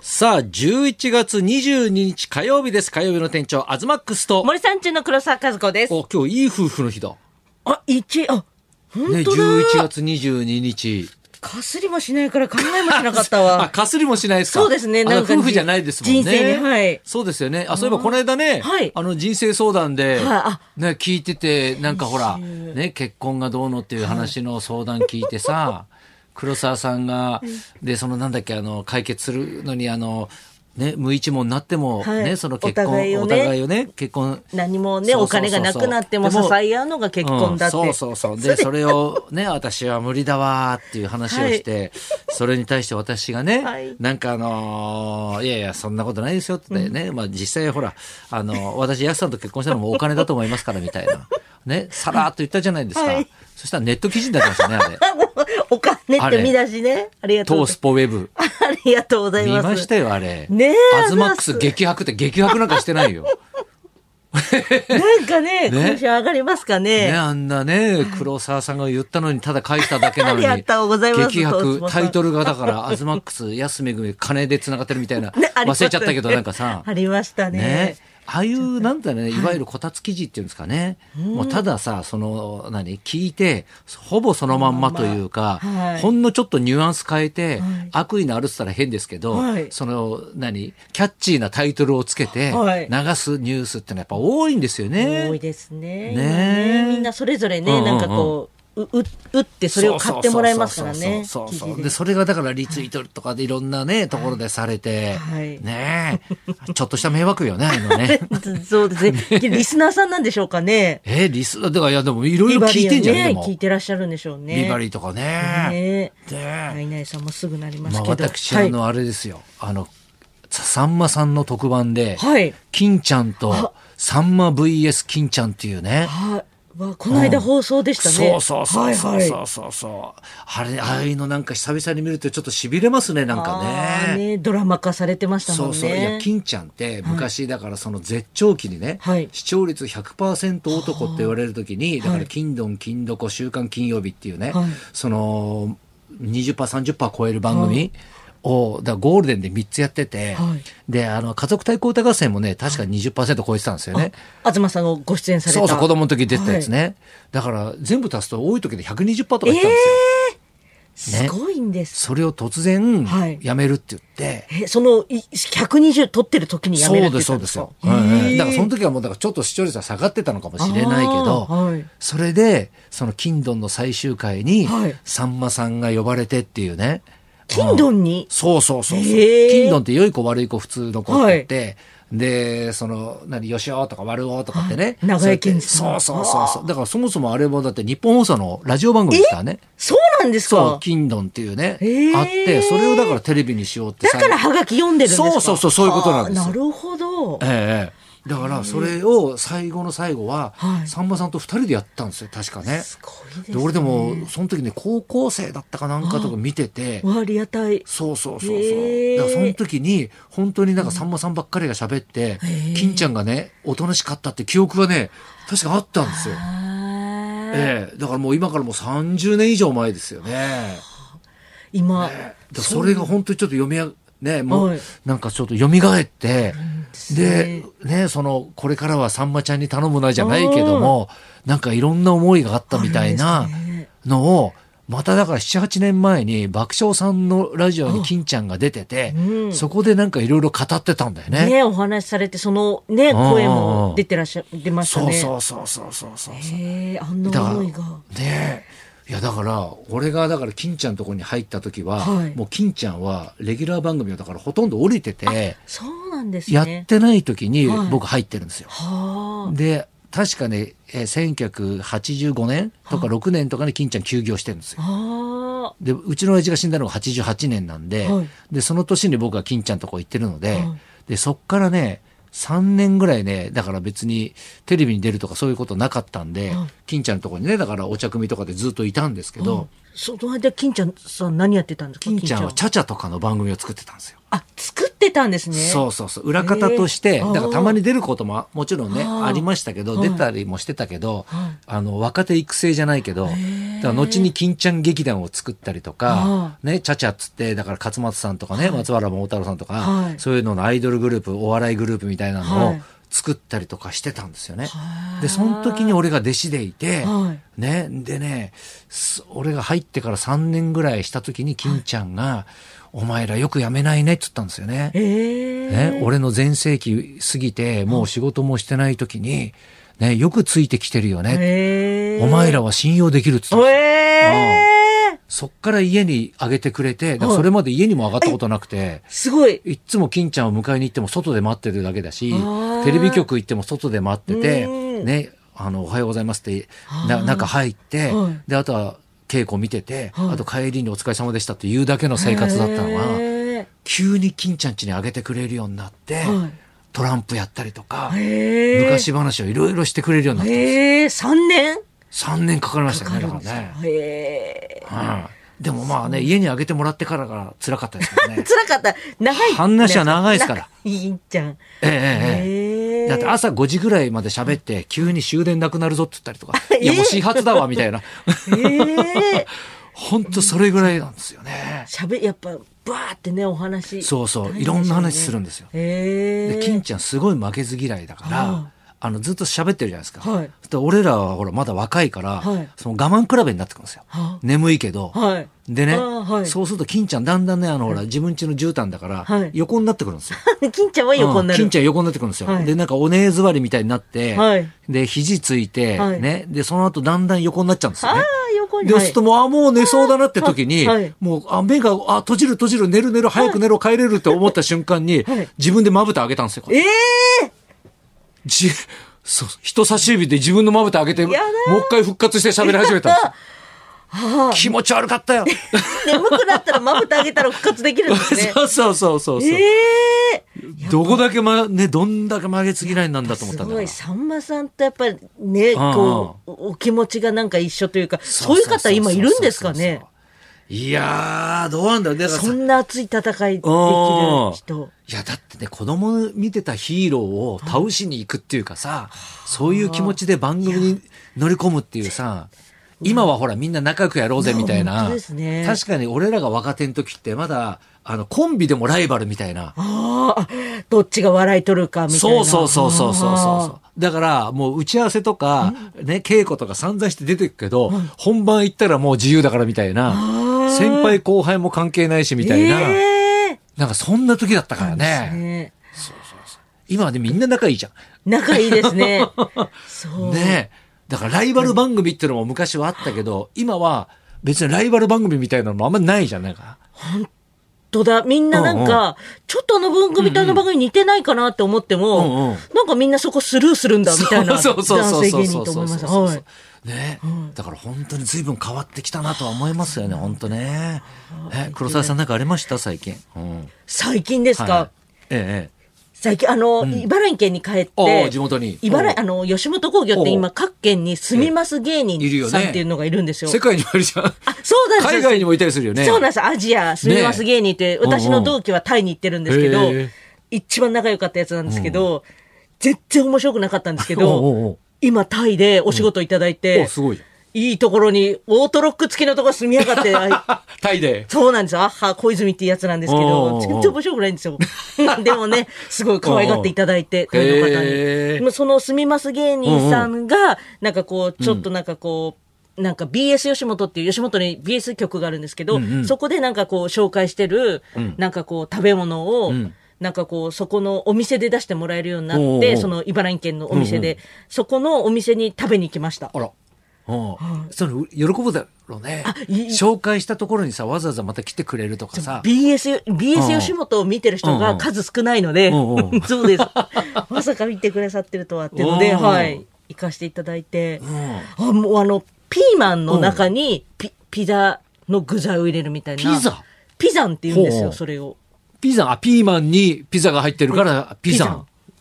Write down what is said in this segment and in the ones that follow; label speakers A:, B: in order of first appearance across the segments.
A: さあ、11月22日火曜日です。火曜日の店長、アズマックスと。
B: 森さん中の黒沢和子です。
A: お、今日いい夫婦の日だ。ね、
B: あ、一あ、本当だ、
A: 11月22日。
B: かすりもしないから考えもしなかったわ
A: あ、。かすりもしないですか
B: そうですね
A: あの
B: なんか
A: 夫婦じゃないですもんね。
B: 人生にはい
A: そうですよね。あ、そういえばこの間ね、
B: はい
A: あの人生相談で、
B: いあ
A: ね、聞いてて、なんかほら、ね、結婚がどうのっていう話の相談聞いてさ、黒沢さんが、で、そのなんだっけ、あの、解決するのに、あの、ね、無一文になっても、
B: はい
A: ね、その結婚、
B: お互いをね
A: お互いをね、結婚、
B: 何もね、
A: そう
B: お
A: そうそう
B: 金
A: そう
B: がなくなっても支
A: でも
B: え合うのが結婚だって。
A: うんそうそうそう。で、それを ね、私は無理だわーっていう話をして、それに対して私がね、
B: はい
A: なんかあのーいやいや、そんなことないですよってね、まあ実際ほら、あのー私、ヤスさんと結婚したのもお金だと思いますからみたい な、ね、さらっと言ったじゃないですか。
B: はい
A: そしたらネット記事になってました ね、あれ。
B: お金って見出しね。ありがとう
A: 当
B: ござ
A: ス
B: い
A: ポウェブ。
B: ます。ありがとうござい
A: 見
B: ます。
A: ましたよ、あれ。
B: ねえ
A: アズマックス激白って激白なんかしてないよ。
B: なんかね、
A: ね
B: 今週上がりますか
A: ね、
B: ね。
A: あんなね、黒沢さんが言ったのに、ただ書いただけなのに。
B: ありがとうございます
A: 激
B: 東
A: 白、
B: 芝さ
A: タ
B: ん
A: イトルがだから、 アズマックス、安めぐみ、金で繋がってるみたいな、
B: ねありま
A: 忘
B: した
A: れちゃったけど、なんかさ
B: あ、りましたね。
A: ね。ああいう、なんだね、いわゆるこたつ記事っていうんですかね。もうたださ、その、何、聞いて、ほぼそのまんまというか
B: そのまんまは、い
A: ほんのちょっとニュアンス変えて、悪意のあるって言ったら変ですけど
B: はい、
A: その、何、キャッチーなタイトルをつけて、流
B: はい
A: すニュースってのはやっぱ多いんですよね。
B: 多いですね。
A: ね
B: 今ねみんなそれぞれね、
A: うんうんうん
B: なんかこう、う、う、打ってそれを買ってもらえますからね。
A: そうそうそうそう
B: 記事
A: でそれがだからリツイートとかでいろんなねところでされて、
B: はい
A: ねえ ちょっとした迷惑よねあの ね
B: そうです ね。リスナーさんなんでしょうかね。
A: えリスだからいやでもいろい
B: ビ
A: ろ
B: バ
A: 聞
B: リ
A: い
B: ー
A: てんじゃん、
B: ね
A: でも
B: 聞いてらっしゃるんでしょうね。
A: ビバリーとかね
B: ね
A: ね
B: ナイナイさんもすぐなります
A: まあ、
B: けど。
A: 私あのあれですよ、あのささんまさんの特番で、
B: はい。はい。
A: 金ちゃんとさんま VS 金ちゃんっていうね
B: はい。わこの間放送でしたね。
A: そうそうそうそう
B: はい
A: そ
B: は
A: う
B: い
A: そうそう、あれああいうのなんか久々に見るとちょっとしびれますねなんか
B: あーね。ドラマ化されてましたもんね。
A: そうそういや金ちゃんって昔だからその絶頂期にね、
B: はい
A: 視聴率100%男って言われる時に、だから金ドン金どこ週刊金曜日っていうね、
B: はい
A: その 20%30% 超える番組を、だからゴールデンで3つやってて、
B: はい
A: であの家族対抗歌合戦もね確か20%超えてたんですよね、
B: 東さんがご出演された。
A: そうそう子供の時出てたやつね、だから全部足すと多い時で120%とかいったんですよ、
B: すごいんです。
A: それを突然
B: はい
A: やめるって言って、
B: え、その、い120取ってる時にやめる
A: そう
B: って言
A: で
B: っ
A: す、そ
B: た
A: うん
B: で
A: ですすよ。
B: か
A: うんうんだか
B: へー
A: らその時はもう、だからちょっと視聴率は下がってたのかもしれないけど、
B: あーはい
A: それで、その、金ドンの最終回に、
B: はい
A: さんまさんが呼ばれてっていうね。
B: 金
A: うん
B: ドンに
A: そうそうそうそう。
B: へー
A: 金ドンって良い子悪い子普通の子って言って、で、その、何、よしおとか悪おとかってね。
B: はい長江健二
A: そう
B: さ
A: やってそうそ
B: ん
A: うそうそう。だからそもそもあれもだって日本放送のラジオ番組ですからね。
B: そうなんです
A: そう
B: か、
A: 金ドンっていうね
B: へ。ー
A: あって、それをだからテレビにしようって
B: だ
A: さ
B: からハガキ読んでるんですか
A: そうそうそうそういうことなんですよ
B: あーなるほど。
A: ええだからそれを最後の最後は、
B: はい
A: さんまさんと二人でやったんですよ確かね。
B: すごいです、
A: で
B: ね。
A: 俺でもその時ね高校生だったかなんかとか見てて
B: わあ、リアタイ。
A: そうそうそうそう、
B: へえ
A: だからその時に本当になんかさんまさんばっかりが喋って、
B: へえ
A: 金ちゃんがねおとなしかったって記憶がね確かあったんですよ。
B: あー
A: ええだからもう今からもう30年以上前ですよね。だ
B: 今、
A: からそれが本当にちょっと読みあねもう、
B: はい
A: なんかちょっと蘇って、
B: す
A: で
B: ね
A: ねそのこれからはさんまちゃんに頼むなじゃないけどもなんかいろんな思いがあったみたい
B: あ
A: な
B: るんですね
A: のを、まただから78年前に爆笑さんのラジオに金ちゃんが出てて、
B: うん
A: そこでなんかいろいろ語ってたんだよね。
B: ね、お話しされて、そのね、
A: うんうんうん
B: 声も出てらっしゃ、出ました
A: そう
B: ね。
A: そうそうそうそうそう。
B: へえ、あんな
A: だから
B: 思いが。
A: ねえいやだから俺がだから金ちゃんのところに入った時は、
B: はい
A: もう金ちゃんはレギュラー番組をだからほとんど降りてて、
B: そうなんです
A: やっ
B: ね。
A: てない時に
B: はい
A: 僕入ってるんですよ。
B: はあ。
A: で確かね、えー1985年とか6年とかに金ちゃん休業してるんですよ。
B: はあ。
A: でうちの親父が死んだのが88年なんで,、
B: はい
A: でその年に僕は金ちゃんとこ行ってるので,、
B: はい
A: でそっからね3年ぐらいねだから別にテレビに出るとかそういうことなかったんで、
B: はい
A: 金ちゃんのとこにねだからお茶組とかでずっといたんですけど、
B: その間、金ちゃんさん何やってたんですか
A: 金ちゃんは
B: 金ち
A: チャチャとかの番組を作ってたんですよ。
B: あ、作ってってたんですね。
A: そうそうそう裏方として、
B: えー
A: だからたまに出ることももちろんね
B: あー
A: ありましたけど
B: はい
A: 出たりもしてたけど、
B: はい
A: あの若手育成じゃないけど、だから後に金ちゃん劇団を作ったりとか
B: あ、
A: ねちゃちゃっつってだから勝松さんとかね、松原桃太郎さんとか、
B: はい
A: そういうののアイドルグループお笑いグループみたいなの
B: は
A: を
B: い
A: 作ったりとかしてたんですよね。
B: はあ
A: でその時に俺が弟子でいて、
B: はい
A: ね、でねす俺が入ってから3年ぐらいした時に金ちゃんが、お前らよく辞めないね」っつったんですよね。
B: え
A: ね
B: え、
A: 俺の全盛期過ぎてもう仕事もしてない時に、ね、よくついてきてるよね、
B: ええ
A: お前らは信用できるっつったんですよ
B: ええ
A: そっから家にあげてくれてだから
B: はい
A: それまで家にも上がったことなくて。
B: すごい。
A: いっつも金ちゃんを迎えに行っても外で待ってるだけだし
B: あー
A: テレビ局行っても外で待ってて「
B: うん
A: ね、あのおはようございます」ってな
B: あー
A: 中入って、
B: はい
A: であとは稽古見てて、
B: はい
A: あと帰りに「お疲れ様でした」って言うだけの生活だったのが、
B: え
A: 急に金ちゃん家にあげてくれるようになって、
B: はい
A: トランプやったりとか、
B: えええ
A: 昔話をいろいろしてくれるようになったんですよ、
B: ええ三年
A: 3年かかりました
B: か
A: よ
B: か
A: ね
B: る
A: だ
B: ん
A: か
B: で
A: ら
B: す
A: ね
B: か。、ええ
A: うん、でもまあね家にあげてもらってからが辛かったですけど ね
B: 辛かった。長い。
A: 話は長いですから。
B: いいちゃん。
A: ええええええ
B: ええ
A: だって朝5時ぐらいまで喋って、急に終電なくなるぞって言ったりと か、
B: え
A: いやもう始発だわ、みたい な。
B: ええ
A: 本当それぐらいなんですよね。
B: 喋やっぱバーってねお話
A: そうそう、いろんな話するん
B: で
A: ですよ。
B: へ
A: で、
B: え
A: 金ちゃんすごい負けず嫌いだから
B: あ、
A: あの、ずっと喋ってるじゃないですか。
B: はい
A: で俺らはほら、まだ若いから、
B: はい
A: その我慢比べになってくるんですよ
B: は。
A: 眠いけど。
B: はい
A: でね、
B: あーはい
A: そうすると金ちゃんだんだんね、あの、ほら、自分家の絨毯だから、
B: はい
A: 横になってくるんですよ。
B: 金ちゃんは 横にな
A: う
B: る
A: ん金ちゃん横になってくるんですよ。
B: はい
A: で、なんかお姉座りみたいになって、
B: はい
A: で、肘ついて、
B: はい
A: ね、で、その後だんだん横になっちゃうんですよ
B: あ
A: ね。
B: あ横に
A: で、そうするともう、あ、もう寝そうだなって時に、
B: はいはい
A: もう、あ、目が、あ、閉じる閉じる、寝る寝る、早く寝ろ、帰れるって思った瞬間に、
B: はい
A: 自分でまぶた上げたんですよ。これ
B: ええ
A: じそう、人差し指で自分のまぶた上げて、もう
B: やだー
A: 一回復活して喋り始めたんです よ。気持ち悪かったよ。
B: 眠くなったらまぶた上げたら復活できるんですね
A: そうそうそうそうそう。
B: ええ
A: どこだけま、ね、どんだけ曲げつ嫌いなんだと思っ
B: す
A: たんだか
B: ご
A: ら
B: い。さんまさんとやっぱりねこうお気持ちがなんか一緒というかそういう方今いるんですかね
A: いやー、どうなんだろう。だからさ
B: そんな熱い戦いできる人
A: いや、だってね、子供見てたヒーローを倒しに行くっていうかさ、そういう気持ちで番組に乗り込むっていうさ、今はほらみんな仲良くやろうぜみたい
B: いや
A: な。
B: 本当ですね
A: 確かに俺らが若手の時ってまだ、あの、コンビでもライバルみたいな。
B: ああどっちが笑い取るかみたいな
A: そうそうそうそうそうそ
B: あ
A: う。だから、もう打ち合わせとか、ね、稽古とか散々して出てくけど、本番行ったらもう自由だからみたいな。
B: あ
A: 先輩後輩も関係ないしみ
B: ー
A: たいな。
B: ええ
A: なんかそんな時だったから
B: です
A: ね。
B: ね
A: 今はね、みんな仲いいじゃん。
B: 仲いいで すね。そう。
A: ねえ。だからライバル番組っていうのも昔はあったけど、今は別にライバル番組みたいなのもあんまないじゃん、なんか。
B: とだ、みんななん
A: うん
B: か、ちょっとあの番組とあの番組似てないかなって思って
A: うんうん
B: も、なんかみんなそこスルーするんだみたい な、
A: そう
B: 男
A: そうそう
B: 性
A: そう
B: 芸
A: そ
B: 人
A: う
B: と
A: そ
B: 思
A: う
B: いまし
A: そ
B: た。
A: う
B: はい。
A: ねえ、だから本当に随分変わってきたなとは思いますよね、本当ね。え、黒沢さんなんかありました最近。うん。
B: 最近です
A: は
B: か
A: い。ええ
B: 最近、あの、茨城県に帰っ
A: おうおう
B: て、
A: 地元に
B: 茨
A: おう
B: 城、あの、吉本興業って
A: お
B: 今
A: う
B: 各県に住みます芸
A: えいるよ
B: 人
A: ね
B: さんっていうのがいるんです
A: ええ。
B: よ。
A: 世界にもあるじゃん。
B: あ、そうなんです
A: 海
B: よ
A: 外にもいたりするよね。
B: そうなんです。アジア、住みます芸人って、
A: うんうん
B: 私の同期はタイに行ってるんですけど
A: へえ、
B: 一番仲良かったやつなんですけど、全然面白くなかったんですけ
A: おうおうおう
B: ど、今タイでお仕事いただい
A: お
B: て、
A: すごいじゃん。
B: いいところに、オートロック付きのところ住みや がって、あ
A: あタイで。
B: そうなんですよ。アッハー小泉っていうやつなんですけ
A: おうおうおう
B: ど、全然面白くない んですよ。でもね、すごい可愛がっていただいて、
A: おう
B: タイの方に
A: へえ
B: でも。その住みます芸人さんが、なんかこう、ちょっとなんかこう、なんか BS 吉本っていう吉本に BS 局があるんですけど、
A: うんうん
B: そこでなんかこう紹介してる、
A: ん
B: なんかこう食べ物を、
A: うん
B: なんかこうそこのお店で出してもらえるようになって、
A: おうおう
B: その茨城県のお店で、
A: う
B: そこのお店に食べに行きました
A: あ。ら。うん。その、喜ぶだろうね
B: あ。いい
A: 紹介したところにさ、わざわざまた来てくれるとかさ。
B: BS、BS 吉本を見てる人
A: う
B: が
A: ん
B: 数少ないので
A: うんうん、
B: そうです。まさか見てくださってるとはっていうので、
A: うん
B: はい、行かせていただいて
A: う。ん。
B: あ、もうあの、ピーマンの中にピ、ピザの具材を入れるみたいな。
A: ピザ
B: ピザンって言うんです
A: ほう
B: よ、それを。
A: ピザン、あ、ピーマンにピザが入ってるから、ピザン。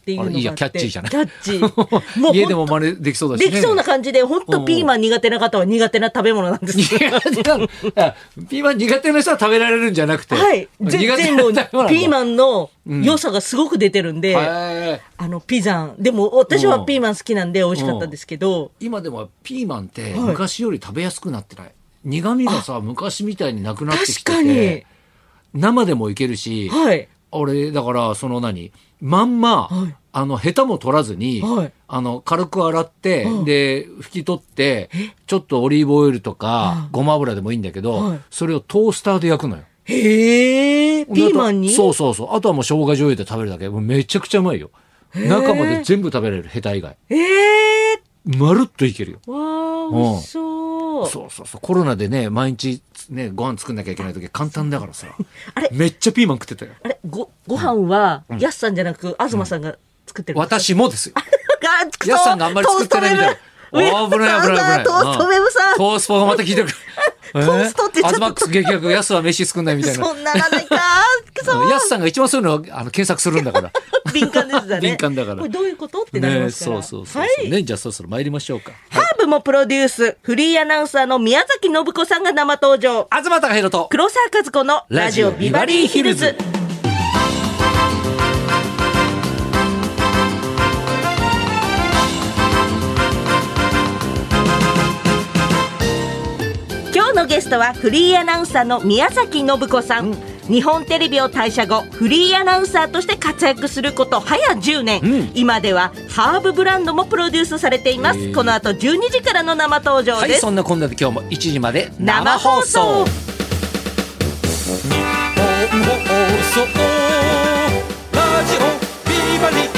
B: っていうのがあって
A: あいいやキャッチーじゃない
B: キャッチ ーもう
A: 家でも真似できそうだし、
B: で
A: ね。
B: きそうな感じで本当ピーマン苦手な方は苦手な食べ物なんです
A: 苦手なのあピーマン苦手な人は食べられるんじゃなくて。
B: はい
A: 苦手な
B: 全部
A: 食べ物なんだ
B: ピーマンの良さがすごく出てるんで、
A: へー
B: あのピザンでも私はピーマン好きなんで美味しかったんですけど、
A: 今でもピーマンって
B: はい
A: 昔より食べやすくなってない、苦味がさ昔みたいになくなってきて
B: 確かに
A: て生でもいけるし、
B: はい
A: 俺だからその何まんま、
B: はい
A: あのヘタも取らずに、
B: はい
A: あの軽く洗って、
B: はい
A: で拭き取ってちょっとオリーブオイルとか
B: い
A: ごま油でもいいんだけど、
B: はい
A: それをトースターで焼くのよ。
B: へえピーマンに
A: そうそうそうあとはもう生姜醤油で食べるだけもうめちゃくちゃうまいよ中まで全部食べれるヘタ以外
B: ええ
A: まるっといけるよ
B: ー、わあ美味しそう
A: そうそうそうコロナでね毎日ねご飯作んなきゃいけない時簡単だからさ
B: あれ
A: めっちゃピーマン食ってたよ
B: あれごご飯は、やすさんじゃなく東さんが作ってるんですか
A: 私もですよ
B: あくそ
A: やっさんがあんまり作ってないみたい
B: トース
A: なお
B: トウェブ
A: 危ない危ない危ない
B: トーストウェブさん
A: トースポがまた聞いてくるト
B: ーストってちょっと
A: アズマックス激悪やすは飯作んないみたいな
B: そんならないかくそ
A: やすさんが一番そういうのをあの検索するんだから
B: 敏感ですだね
A: 敏感だから
B: これどういうことってなりますから、
A: ね、そうそうそうそう、
B: はい
A: ねじゃあそろそろ参りましょうか
B: ハーブもプロデュースフリーアナウンサーの宮崎信子さんが生登場
A: 東隆弘と
B: 黒沢和子のラジオビバリーヒルズ今日のゲストはフリーアナウンサーの宮崎信子さん、日本テレビを退社後フリーアナウンサーとして活躍すること早10年、
A: うん
B: 今ではハーブブランドもプロデュースされています、
A: へー
B: この後12時からの生登場
A: は
B: で
A: い
B: す、
A: そんなこんなで今日も1時まで
B: 生放送
A: 日本放送ラジオビバリー